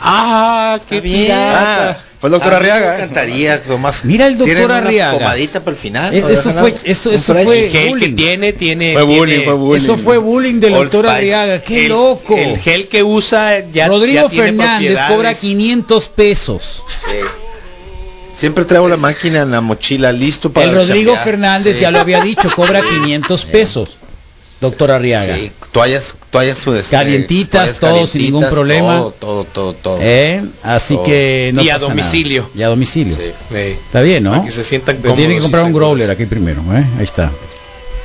Ah, qué bien.
Ah, fue el doctor
A mí me
Arriaga.
encantaría, Tomás.
Mira el doctor
Tienen una
Arriaga.
Pomadita para el final.
Es- eso fue, eso, eso fue
El gel que
bullying.
tiene, tiene.
Fue
tiene-
bullying, fue bullying.
Eso fue bullying del
Old
doctor
Spice.
Arriaga. Qué
el-
loco.
El gel que usa ya.
Rodrigo
ya tiene
Fernández cobra
propiedades.
500 pesos.
Siempre traigo la máquina en la mochila, listo para
El Rodrigo
chambear.
Fernández
Sí.
ya lo había dicho, cobra 500 pesos. Doctor Arriaga.
Sí, toallas, toallas su este,
Calientitas,
toallas
todo, sin ningún
calientitas,
problema.
Todo, todo, todo, todo.
¿Eh? Así
Oh.
que no
Y a
pasa nada.
domicilio.
Y a domicilio.
Sí.
Eh,
Está bien, ¿no?
Para que se sientan
Pero tiene
cómodos
que
y
comprar un
seguros.
growler aquí primero, ¿eh? Ahí está.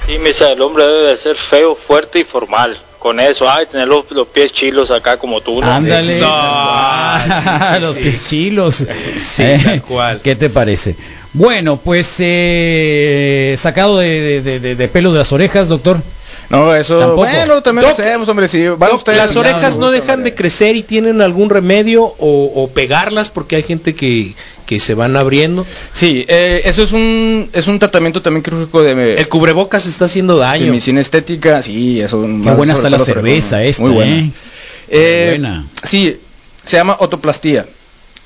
Sí, misa, el hombre debe de ser feo, fuerte y formal. Con eso, ay, tener los, los pies chilos acá como tú, ¿no?
Ándale.
Eso. Ah, sí, sí,
los
sí.
pichilos. Eh,
Sí, tal cual.
¿Qué te parece? Bueno, pues eh, sacado de, de- de- de- de pelo de las orejas, doctor.
No, eso.
Tampoco.
Bueno, también
Doc,
lo hacemos, hombre. Sí, van
Doc,
ustedes
las
al
orejas
gimnasio,
no dejan de crecer y tienen algún remedio o, o pegarlas porque hay gente que, que se van abriendo.
Sí, eh, eso es un, es un tratamiento también quirúrgico de.
El cubrebocas está haciendo
de
daño.
medicina estética, sí, eso.
Qué buena está la cerveza esta,
Muy buena.
¿eh?
Eh,
buena.
Sí, se llama otoplastía.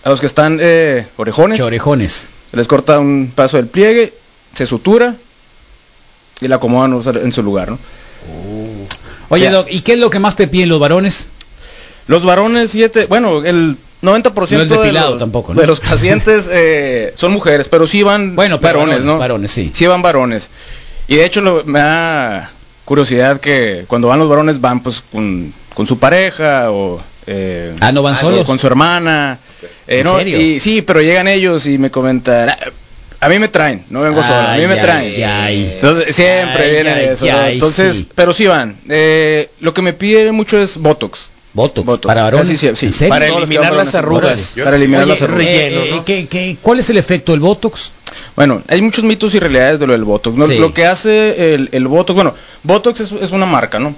A los que están eh, orejones,
Chorejones.
se les corta un paso del pliegue, se sutura y la acomodan o sea, en su lugar, ¿no?
Oye,
Ya.
Doc, ¿y qué es lo que más te piden los varones?
Los varones, fíjate, bueno, el 90%
No el depilado
de, los,
tampoco, ¿no?
de los pacientes eh, son mujeres, pero sí van
Bueno, pero
varones,
varones,
¿no?
varones, sí.
Sí van varones. Y de hecho lo- me da curiosidad que cuando van los varones van pues con, con su pareja o... eh,
Ah, ¿no van
o
solos?
Con su hermana. Eh,
¿En
no,
serio?
Y, sí, pero llegan ellos y me comentan... "Ah, A mí me traen, no vengo solo, a mí
Ay,
me
ay,
traen.
ay.
Entonces, siempre
Ay,
viene
ay,
eso. ¿no?
ay,
Entonces,
sí.
pero sí van. Eh, lo que me pide mucho es Botox.
Voto.
Voto.
Para varones.
Sí, sí, sí.
¿En serio?
Para
Oye,
eliminar las arrugas. Para eliminar las arrugas.
eh, eh, ¿qué- qué- cuál es el efecto del Botox?
Bueno, hay muchos mitos y realidades de lo del Botox. ¿no?
Sí.
Lo que hace el, el Botox, bueno, Botox es, es una marca, ¿no?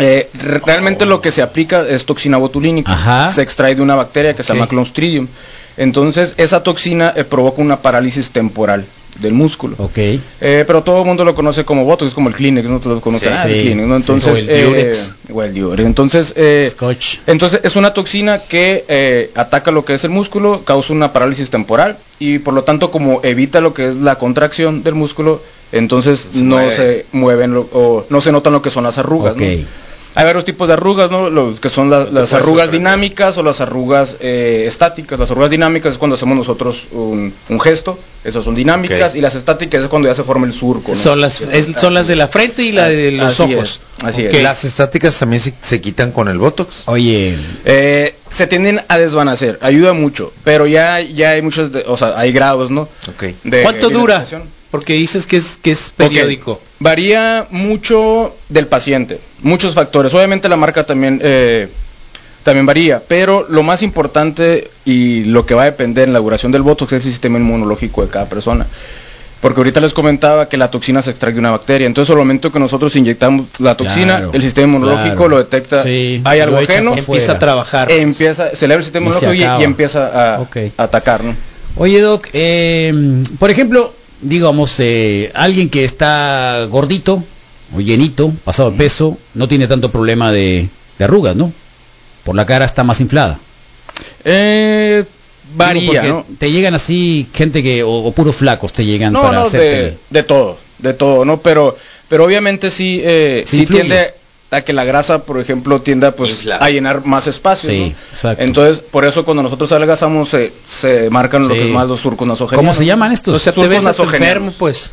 Eh, re- realmente lo que se aplica es toxina botulínica.
Ajá.
Se extrae de una bacteria que se llama Clostridium. Entonces, esa toxina eh, provoca una parálisis temporal del músculo.
Ok.
Eh, pero todo el mundo lo conoce como Botox, es como el Kleenex, ¿no? Todos lo conocen,
Sí,
ah, el
sí,
Kleenex, ¿no?
sí.
Entonces,
O el
eh,
Durex.
o el Durex. Entonces, eh,
Scotch.
entonces es una toxina que eh, ataca lo que es el músculo, causa una parálisis temporal y por lo tanto como evita lo que es la contracción del músculo, entonces
Se
no
mueve.
se mueven lo- o no se notan lo que son las arrugas.
Ok.
¿no? Hay varios tipos de arrugas, ¿no? Los que son la- las arrugas dinámicas o las arrugas eh, estáticas. Las arrugas dinámicas es cuando hacemos nosotros un, un gesto, esas son dinámicas,
Ok.
y las estáticas es cuando ya se forma el surco. ¿no?
Son las, es- son las de la frente y la de los
Ah, Así
ojos.
es, así
Ok.
es.
Eh, Las estáticas también se, se quitan con el botox.
Oye,
Eh, se tienden a desvanecer, ayuda mucho, pero ya, ya hay muchos, de- o sea, hay grados, ¿no?
Ok.
de-
¿Cuánto
de
dura?
hidratación.
Porque dices que es, que es periódico.
Ok, Varía mucho del paciente, muchos factores. Obviamente la marca también, eh, también varía, pero lo más importante y lo que va a depender en la duración del botox es el sistema inmunológico de cada persona. Porque ahorita les comentaba que la toxina se extrae de una bacteria. Entonces, al momento que nosotros inyectamos la toxina,
Claro,
el sistema inmunológico
claro.
lo detecta.
Sí,
hay algo
lo echa
ajeno,
para
Empieza
fuera.
a trabajar. pues.
empieza, se le abre el sistema
Y se
inmunológico y,
acaba.
y empieza a,
Ok.
a atacar. ¿no?
oye Doc, eh, por ejemplo, digamos, eh, alguien que está gordito o llenito, pasado de peso, no tiene tanto problema de, de arrugas, ¿no? Por la cara está más inflada.
Eh,
Digo,
varía,
porque
¿no?
Te llegan así gente que, o, o puros flacos te llegan
No,
para
no,
hacerte...
de, de todo, de todo, ¿no? Pero, pero obviamente sí, eh,
Sí
sí
influye.
tiende a que la grasa, por ejemplo, tienda pues a llenar más espacio.
Sí,
¿no?
exacto.
Entonces, por eso cuando nosotros adelgazamos se, se marcan lo
Sí.
que es más los surcos nasogenianos.
¿Cómo se llaman estos?
O sea, te
Surcos
ves hasta
nasogenianos.
enfermo, pues.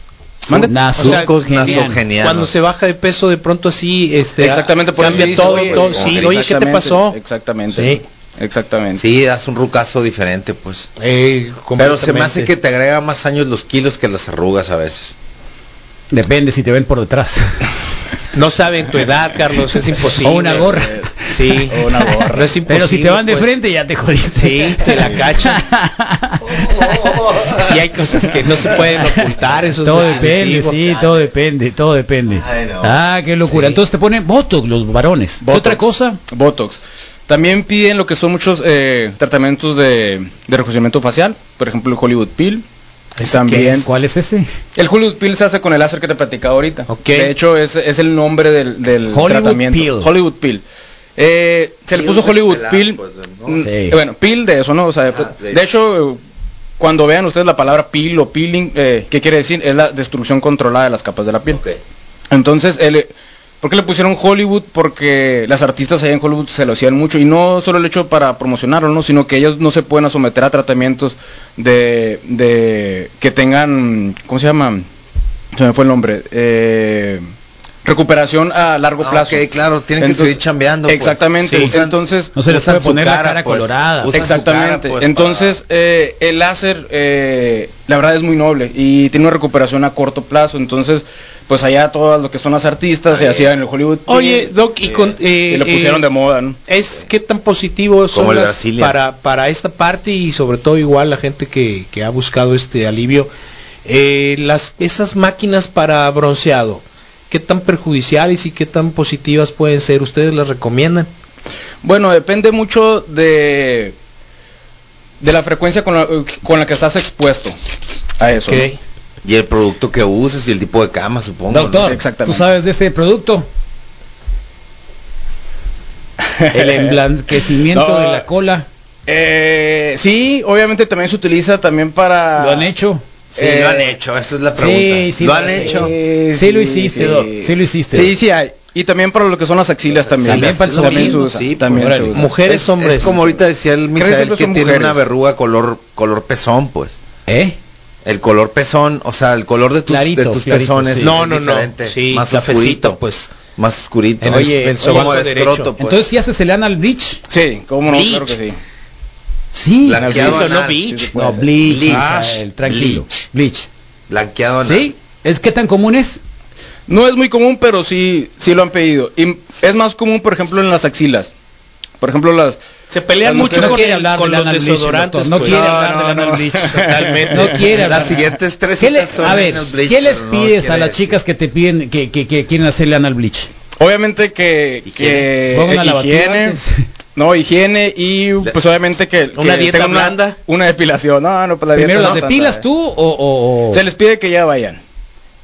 Mande.
Nasurcos
O sea,
nasogenianos.
Cuando se baja de peso, de pronto así, este,
Exactamente, por
cambia
eso dice,
todo,
oye,
todo.
oye,
Sí, oye, ¿qué te
exactamente,
pasó?
Exactamente.
Sí.
Exactamente.
Sí, das un rucazo diferente, pues.
Eh,
Pero se me hace
completamente.
que te agrega más años los kilos que las arrugas a veces.
Depende si te ven por detrás.
No saben tu edad, Carlos, es imposible.
O una gorra.
Sí.
O una gorra.
No es imposible.
Pero si te van de
pues.
frente ya te jodiste.
Sí, se la cachan. y hay cosas que no se pueden ocultar, eso es
Todo depende,
definitivo.
sí, todo depende, todo depende.
Ay, no.
Ah, qué locura.
Sí.
Entonces te ponen botox los varones. ¿Qué
Botox.
otra cosa?
Botox. También piden lo que son muchos eh, tratamientos de, de rejuvenecimiento facial, por ejemplo el Hollywood Peel.
¿Qué
También.
es? ¿Cuál es ese?
El Hollywood Peel se hace con el láser que te platicaba ahorita.
Ok.
De hecho, es, es el nombre del, del
Hollywood
tratamiento.
Peel.
Hollywood Peel. Eh, se le
Peel
puso
de
Hollywood
pelar,
Peel.
pues, ¿no?
mm,
Sí.
eh, Bueno, Peel de eso, ¿no? O sea,
Ajá,
de,
de-
hecho, eh, cuando vean ustedes la palabra peel o peeling, eh, ¿qué quiere decir? Es la destrucción controlada de las capas de la piel.
Ok.
Entonces, el, eh, ¿por qué le pusieron Hollywood? Porque las artistas allá en Hollywood se lo hacían mucho y no solo el hecho para promocionarlo, ¿no? sino que ellos no se pueden someter a tratamientos de, de que tengan, ¿cómo se llama? Se me fue el nombre. Eh, recuperación a largo
Ah,
plazo.
ok, claro, tienen que seguir chambeando, pues.
Exactamente.
Sí. Usan-
Entonces,
No se les
Usan
puede
su
poner la
cara,
cara
pues.
colorada.
Usan su
Exactamente.
cara, pues,
Entonces, eh, el láser, eh, la verdad es muy noble y tiene una recuperación a corto plazo. Entonces, pues allá todas lo que son las artistas se hacían en el Hollywood.
Oye,
Film,
Doc, y con- eh,
y lo pusieron
eh,
de moda, ¿no?
Es que tan positivo son
Como el
las-
Brasilia.
para, para esta parte y sobre todo igual la gente que, que ha buscado este alivio. Eh, las, esas máquinas para bronceado, ¿qué tan perjudiciales y qué tan positivas pueden ser? ¿Ustedes las recomiendan?
Bueno, depende mucho de de la frecuencia con la, con la que estás expuesto a eso.
Ok.
¿no?
Y el producto que uses y el tipo de cama, supongo. ¿no?
Doctor, ¿tú
Exactamente.
sabes de este producto? El emblanquecimiento
No.
de la cola.
Eh, sí, obviamente también se utiliza también para
¿Lo han hecho?
Sí,
Eh,
lo han hecho, esa es la pregunta.
Sí, sí.
lo han hecho.
Sí, lo hiciste, Doc. Sí lo hiciste.
Sí, sí hay. Y también para lo que son las axilas también.
Sí,
También para el
es lo
sobaquismo,
se
mismo,
usa,
sí,
también
pues.
se usa.
Mujeres,
es,
hombres.
Es como ahorita decía el Misael que
siempre son
tiene una
mujeres.
verruga color color pezón, pues.
¿Eh?
El color pezón, o sea, el color de tus,
Clarito,
de tus
clarito,
pezones
sí.
es
no, no, no.
diferente,
Sí,
más
cafecito,
oscurito,
pues.
más oscurito.
En el- Oye, el
como
sobaco
de
derecho.
escroto, pues.
Entonces, si haces el anal bleach?
Sí, cómo no,
Bleach.
claro que sí.
Sí.
Blanqueado
Narciso,
anal,
no
Sí se
beach.
puede
No,
hacer.
bleach.
Bleach.
Misael, tranquilo.
Bleach.
Bleach.
Blanqueado anal.
¿Sí? ¿Es que tan común es?
No es muy común, pero sí, sí lo han pedido. Y es más común, por ejemplo, en las axilas. Por ejemplo, las
Se pelean
No
mucho
quiere
con, el-
hablar
con
del
los
anal bleach,
desodorantes.
doctor, no
pues.
quiere
No,
hablar
no,
del anal
no.
bleach.
Totalmente.
No quiere hablar.
Las siguientes tres
¿Qué le-
citas son
a ver,
anal bleach,
¿qué les
pero no
pides a
quiere
las
decir.
chicas que te piden que, que, que quieren hacerle anal bleach?
Obviamente que,
Higiene.
que- eh,
Se pongan a la batida
higiene,
antes.
no higiene y pues obviamente que
Una
que
dieta
tengan una-
blanda.
una, depilación. No, no, pues la
Primero
dieta
las
no,
depilas
tanta-
tú o, o- o-
Se les pide que ya vayan.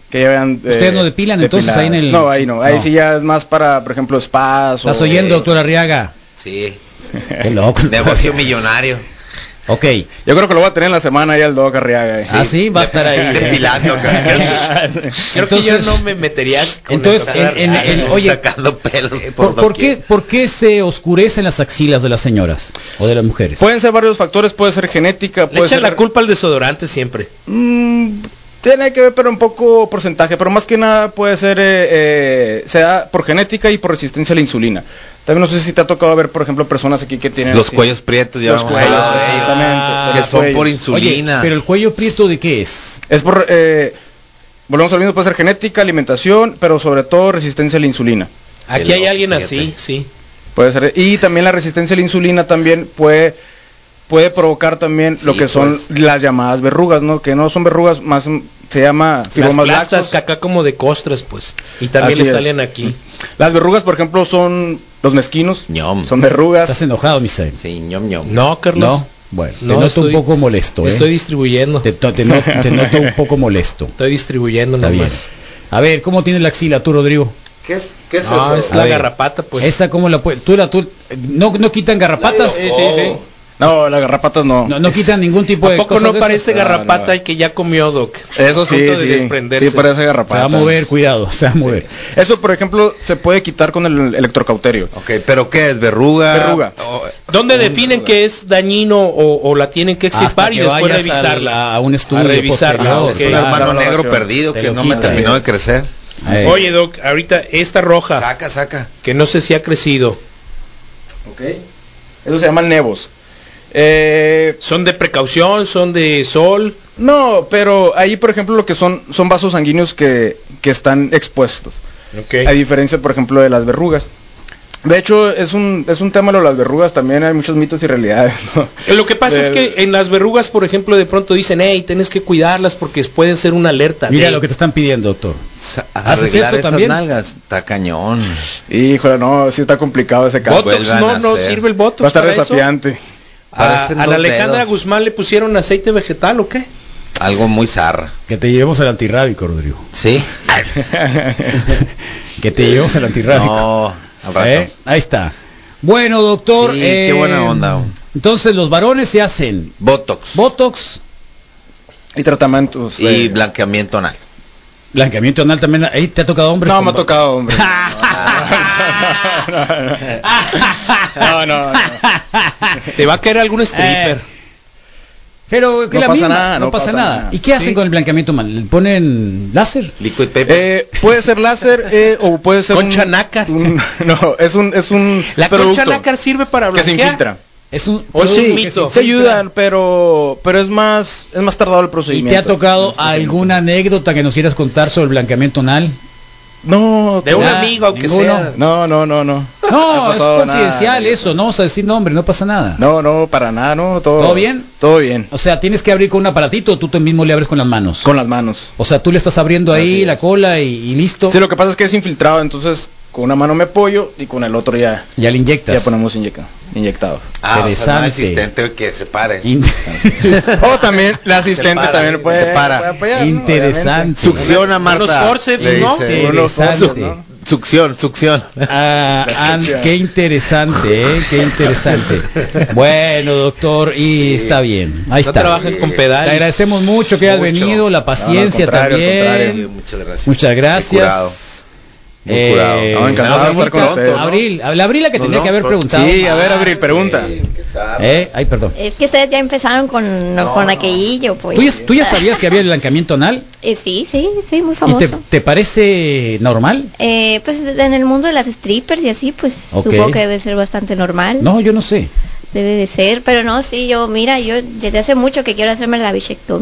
Que ya vayan. eh,
¿Ustedes no depilan, entonces, ahí en el-
No, ahí no. Ahí
No.
sí ya es más para, por ejemplo, spas.
estás
o-
oyendo, doctor Arriaga?
Sí.
Qué loco.
Negocio millonario.
Ok.
Yo creo que lo va a tener en la semana ya el Doc Arriaga. eh.
Ah, sí, va a estar ahí.
Depilando, cabrón.
Creo que
Entonces-
yo no me metería con el
entonces,
doctor
en- en-
Arriaga.
en- oye,
sacando pelos
¿Por,
por,
por qué, ¿Por qué se oscurecen las axilas de las señoras o de las mujeres?
Pueden ser varios factores, puede ser genética,
Le
puede
echan
ser
la culpa al desodorante siempre.
Mm, tiene que ver, pero un poco porcentaje, pero más que nada puede ser, eh, eh, se da por genética y por resistencia a la insulina. También no sé si te ha tocado ver, por ejemplo, personas aquí que tienen
Los
así-
cuellos prietos, ya
Los
hemos
cuellos,
hablado de ellos.
exactamente,
que
los
son por
cuellos.
Ah, pues, Oye,
insulina.
pero el cuello prieto de qué es?
Es por, eh, volvemos al mismo, puede ser genética, alimentación, pero sobre todo resistencia a la insulina.
Aquí
Qué
hay
loco,
alguien
fíjate.
así, sí.
Puede ser, y también la resistencia a la insulina también puede puede provocar también lo
Sí,
que son
pues.
las llamadas verrugas, ¿no? Que no son verrugas, más mm, se llama
Las
fibromas
plastas
laxos.
que acá como de costras, pues. Y también
Así
le
es.
salen aquí.
Las verrugas, por ejemplo, son los mezquinos.
Ñom.
Son verrugas.
¿Estás enojado, Misael?
Sí, ñom, ñom.
No, Carlos.
No, bueno, te
No,
noto
estoy-
un poco molesto.
me
¿eh?
estoy distribuyendo.
Te, to- te no- te noto un poco molesto.
Estoy distribuyendo
Está
nada
bien.
más.
A ver, ¿cómo tienes la axila tú, Rodrigo?
¿Qué es, qué es
No,
eso?
Ah, es
A
la
ver.
garrapata, pues.
Esa cómo la puedes... Tú la tú no no quitan garrapatas.
Sí, sí, sí.
No, las garrapatas no.
No, no quitan ningún tipo de
¿A poco
cosas
no
de esas?
parece garrapata el que ya comió, Doc?
Eso
A
sí,
punto de
sí.
desprenderse.
Sí, parece
Se va
garrapata.
a mover, cuidado, se va a mover.
Eso, por ejemplo, se puede quitar con el electrocauterio.
Ok, pero ¿qué es? ¿Verruga?
Verruga.
Oh,
¿Dónde definen que es dañino o, o la tienen que
Hasta
extirpar y
que
después
vayas
revisarla?
al- a un estudio
A revisarla,
posterior,
ok.
es un
claro.
hermano
la
negro
evaluación.
perdido
Te
que
lo
no me
quitan.
terminó de crecer.
Ahí.
Oye, Doc, ahorita esta roja,
Saca, saca.
que no sé si ha crecido,
Ok. Eso se llaman nevos. Eh,
¿son de precaución? ¿Son de sol?
no, pero ahí, por ejemplo, lo que son son vasos sanguíneos que, que están expuestos. A diferencia, por ejemplo, de las verrugas. De hecho, es un, es un tema lo de las verrugas. También hay muchos mitos y realidades. ¿no?
Eh, Lo que pasa
De-
es que en las verrugas, por ejemplo, de pronto dicen, hey, tienes que cuidarlas porque pueden ser una alerta.
Mira
Ey,
lo que te están pidiendo, doctor.
Sa-
¿Haces
Arreglar
eso
esas
también?
nalgas. Está cañón.
Híjole, no, sí está complicado ese caso.
Botox,
vuelvan
no,
a
no
hacer.
sirve el botox
Va a estar
para eso.
desafiante.
A,
Parecen
a la
dos
Alejandra
dedos.
Guzmán le pusieron aceite vegetal o qué?
Algo muy zarra.
Que te llevemos al antirrábico, Rodrigo.
¿Sí?
Que te llevemos al antirrábico.
No, al rato.
¿Eh? Ahí está. Bueno, doctor. eh,
Sí, qué buena onda.
Entonces, los varones se hacen
Botox.
Botox,
Y tratamientos.
y
eh,
blanqueamiento anal.
blanqueamiento anal también. Ahí te ha tocado hombres.
No,
con
me ha
ba-
tocado, hombre. No, no, no.
Te va a caer algún stripper.
Eh, Pero que
No
la
pasa
misma,
nada,
no, pasa, nada. ¿Y qué hacen
Sí.
con el blanqueamiento mal? ¿Le ponen láser?
Liquid paper.
Eh, puede ser láser eh, o puede ser
Concha
un-
nácar.
un- no, es un es un
La concha
producto
nácar sirve para
que
blanquear.
se infiltra.
Es un,
O es
producto
un
que
mito.
Se
infiltra.
ayudan, pero pero es más es más tardado el
¿Y
procedimiento.
te ha tocado
Es más
alguna anécdota que nos quieras contar sobre el blanqueamiento anal?
No,
De un
nada.
amigo, aunque
ninguno.
sea.
No, no, no, no.
No,
ha
es
pasado nada.
confidencial eso, no vamos a decir nombre, no pasa nada.
No, no, para nada, no, todo.
¿Todo bien?
Todo bien.
O sea, tienes que abrir con un aparatito o tú, tú mismo le abres con las manos.
Con las manos.
O sea, tú le estás abriendo ahí
Así
la
es.
cola y, y listo.
Sí, lo que pasa es que es infiltrado, entonces con una mano me apoyo y con el otro ya
Ya le inyectas.
ya ponemos inyecta- inyectado.
ah, o sea,
interesante.
no asistente que se pare.
In-
O también la asistente
para,
también puede,
se para.
puede apoyar, ¿no?
Interesante.
Succiona, Marta.
unos forceps,
le
¿no?
dice.
Interesante.
¿no?
Succión, succión.
Ah,
La
an-
succión.
qué interesante, ¿eh? qué interesante. Bueno, doctor, y está bien. Ahí
No
está.
trabajen con
pedal. Te agradecemos mucho que hayas
Mucho.
venido, la paciencia
contrario, al
también.
contrario.
Eh, Muchas gracias.
Muchas
Muy curado.
gracias. Eh,
Muy curado.
No, encantado de estar con
ahorita,
ustedes, ¿no?
Abril, a la Abril la que
Nos
tenía que
vamos
haber
por-
preguntado.
Sí, a ver, Abril, pregunta.
Eh, Ay, perdón.
Es que ustedes ya empezaron con,
No,
con
no.
aquello, pues.
¿Tú ya, tú ya sabías que había el blanqueamiento anal?
Eh, sí, sí, sí, muy
¿Y
famoso.
te, te parece normal?
Eh, pues de- en el mundo de las strippers y así, pues
Ok.
supongo que debe ser bastante normal.
No, yo no sé.
Debe de ser, pero no, sí, yo, mira, yo desde hace mucho que quiero hacerme la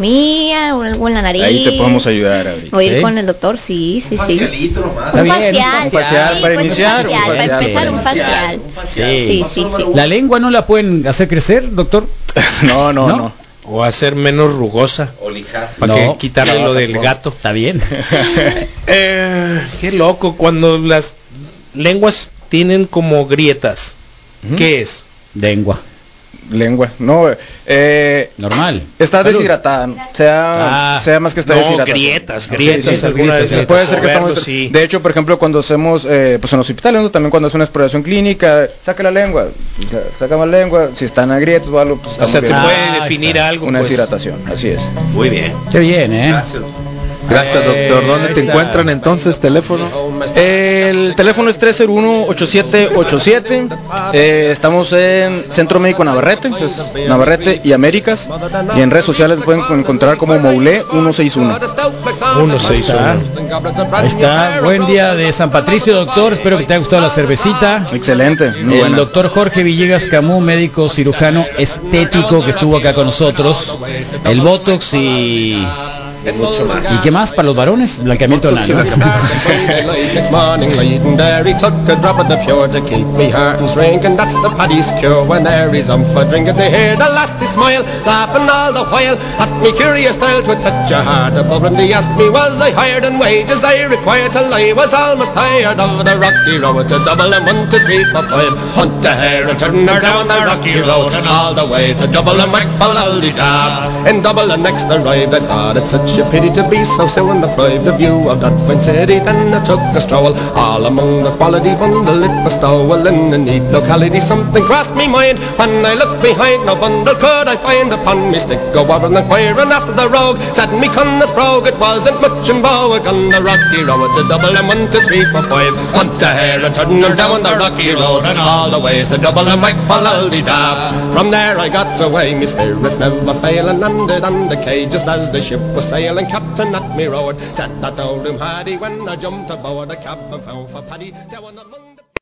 bichectomía o algo en la nariz.
Ahí te podemos ayudar, Abril.
Voy a
¿Sí?
ir con el doctor, sí, sí, sí.
nomás.
Está
Un
bien,
facial,
un
facial
sí,
para
pues, un
iniciar,
facial,
un
para
facial.
empezar un
Un
facial.
Sí.
Sí, sí, sí.
¿La lengua no la pueden hacer crecer, doctor?
No, no,
¿No?
no.
O hacer menos rugosa.
O lijar.
Para que quitarle lo del
tampoco.
gato.
Está bien.
Eh, qué loco, cuando las lenguas tienen como grietas. ¿Qué es?
Lengua.
Lengua. No, eh,
Normal.
está
Salud.
deshidratada. ¿no? Sea,
Ah.
sea más que está
no,
deshidratada.
grietas,
Ok,
grietas,
grietas,
alguna
grietas,
vez me
grietas.
Puede
tocó
ser que estamos...
verlo, sí.
De hecho, por ejemplo, cuando hacemos, eh, pues en los hospitales, ¿no? también cuando es una exploración clínica, saca la lengua, sa- saca más lengua, si están agrietas o algo, pues
O sea,
estamos
se
bien.
puede
Ah,
definir
está.
algo.
una
pues.
deshidratación, así es.
Muy bien.
Qué bien, ¿eh?
Gracias. Gracias,
Eh,
doctor. ¿Dónde
ahí
te
está.
encuentran entonces? Teléfono.
El teléfono es 301-8787. Eh, estamos en Centro Médico Navarrete, pues, Navarrete y Américas. Y en redes sociales pueden encontrar como Moule 161.
Uno, seis, uno. Ahí está. Buen día de San Patricio, doctor. Espero que te haya gustado la cervecita.
Excelente. Muy
El
buena.
doctor Jorge Villegas Camú, médico cirujano estético que estuvo acá con nosotros. El Botox y...
Y mucho más.
¿Y qué más? ¿Para los varones? Blanqueamiento
Botox
anal.
y
¿no?
Next morning late and early took a drop of the pure to keep me heart and drink and that's the paddy's cure when there is um for drinking they hear the lassie smile laughing all the while at me curious style to touch a heart above and they asked me was I hired and wages I required till I was almost tired of the rocky road to double and one to three for five hunt a hare and turn her down the rocky road and all the way to double and Macfallaldy Dab in double and next arrived I thought it such such a pity to be so soon deprived of you of that fine city. Then I took a stroll all among the quality bundle. It was stowel in a neat locality. Something crossed me mind when I looked behind. No bundle could I find upon me stick. Go over and inquiring after the rogue. Said me con this brogue. It wasn't much in bogue on the rocky road. It's a double and one, two, three, four, five. Hunt the hare and turn her down the rocky road. And all the ways to double and make for dab. From there I got away. Me spirits never failing. Landed on the cage just as the ship was sailing. Captain at me road. Said that no room hardy when I jumped aboard a cab and found for Paddy. There were not long-